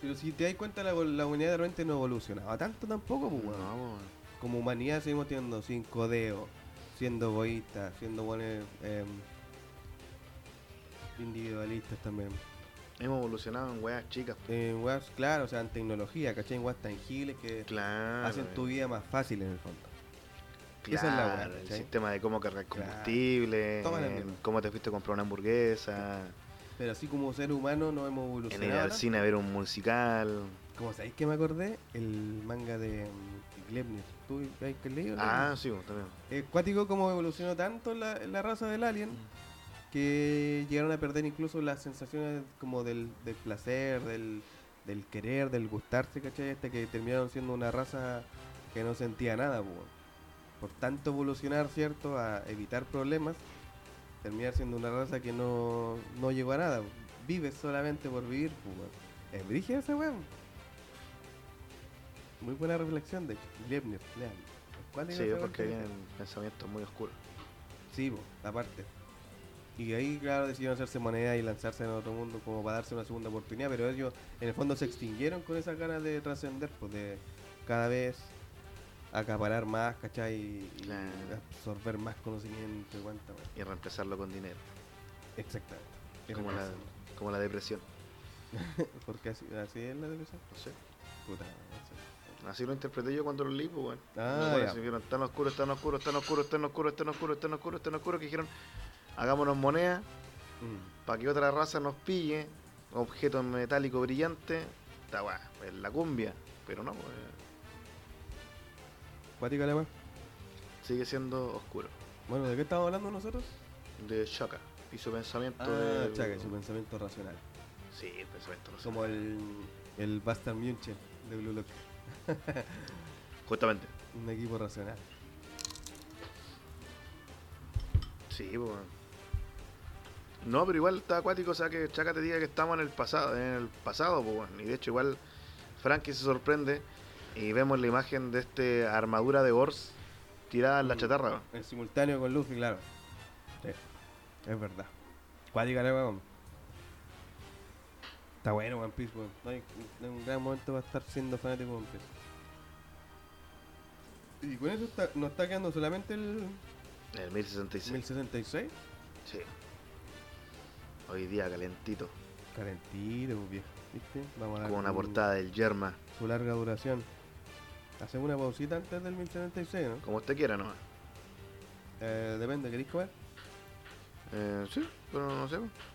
Pero si te das cuenta, la, la humanidad de repente no evolucionaba tanto tampoco, pues, No, weón. po, weón. como humanidad seguimos teniendo sin codeo, siendo egoístas, siendo buenos individualistas también. Hemos evolucionado en weas chicas. En weas, claro, o sea, en tecnología, ¿cachai? En weas tangibles que Claro. eh. hacen tu vida más fácil en el fondo. claro, esa es la wea, El ¿cachai? sistema de cómo cargar Claro. combustible, Toda la en mierda. cómo te fuiste a comprar una hamburguesa, Pero así como ser humano no hemos en ir evolucionado. al tanto. cine a ver un musical. Como sabéis que me acordé, el manga de mm, Glebner. ¿Tú has leído? Ah, sí, pues, también. Es eh, cuático como evolucionó tanto la, la raza del alien que llegaron a perder incluso las sensaciones como del, del placer, del, del querer, del gustarse, ¿cachai? Hasta que terminaron siendo una raza que no sentía nada, po. Por tanto evolucionar, ¿cierto? A evitar problemas, terminar siendo una raza que no, no llegó a nada. po. Vive solamente por vivir, po, weón. Es brígida ese weón. Muy buena reflexión de hecho. Leibniz, lean. ¿Cuál es Sí, ese weón porque que dice? vienen pensamientos muy oscuros. Sí, po, aparte. Y ahí, claro, decidieron hacerse moneda y lanzarse en otro mundo como para darse una segunda oportunidad, pero ellos en el fondo se extinguieron con esas ganas de trascender, pues de cada vez acaparar más, ¿cachai? Y, y Claro. absorber más conocimiento y cuánta, weá. Y reemplazarlo con dinero. Exactamente. Como la, como la depresión. Porque así, así es la depresión. No sé. Puta, no sé. Así lo interpreté yo cuando lo leí, pues, weón. Ah, No, bueno, ya. se vieron tan oscuro, tan oscuro, tan oscuro, tan oscuro, tan oscuro, tan oscuro, tan oscuro, que dijeron, hagámonos moneda Mm. para que otra raza nos pille, objeto metálico brillante, está guay, es la cumbia, pero no, pues, Cuática la weá. sigue siendo oscuro. Bueno, ¿de qué estamos hablando nosotros? De Shaka y su pensamiento Ah, del- chaca, su pensamiento racional. Sí, el pensamiento no sé. Como el, el Bastard Munchen de Blue Lock. Justamente. Un equipo racional. Sí, pues. weón. No, pero igual está acuático, o sea que Chaca te diga que estamos en el pasado, en el pasado, pues, weón. y de hecho igual Frankie se sorprende y vemos la imagen de este armadura de Ors tirada en la Mm. chatarra. weón. En simultáneo con Luffy, claro. Sí, es verdad. Cuática la weón. Está bueno One Piece, weón. No hay, no hay un gran momento para estar siendo fanático de One Piece. Y con eso está, nos está quedando solamente el El 1066. 1066. Sí. Hoy día calentito, Calentito, pues, viejo. ¿Viste? Vamos a dar con una un- portada del Yerma, Su larga duración. Hacemos una pausita antes del 1076, ¿no? como usted quiera nomás. Eh, depende, ¿queréis comer? Eh, sí, pero no sé.